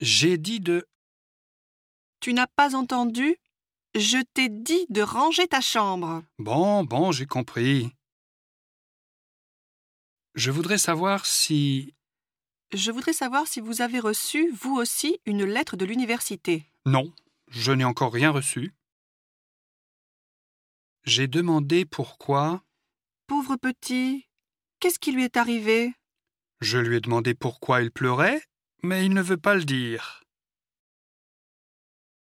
J'ai dit de. Tu n'as pas entendu Je t'ai dit de ranger ta chambre. Bon, bon, j'ai compris. Je voudrais savoir si. Je voudrais savoir si vous avez reçu, vous aussi, une lettre de l'université. Non, je n'ai encore rien reçu. J'ai demandé pourquoi. Pauvre petit, qu'est-ce qui lui est arrivé Je lui ai demandé pourquoi il pleurait, mais il ne veut pas le dire.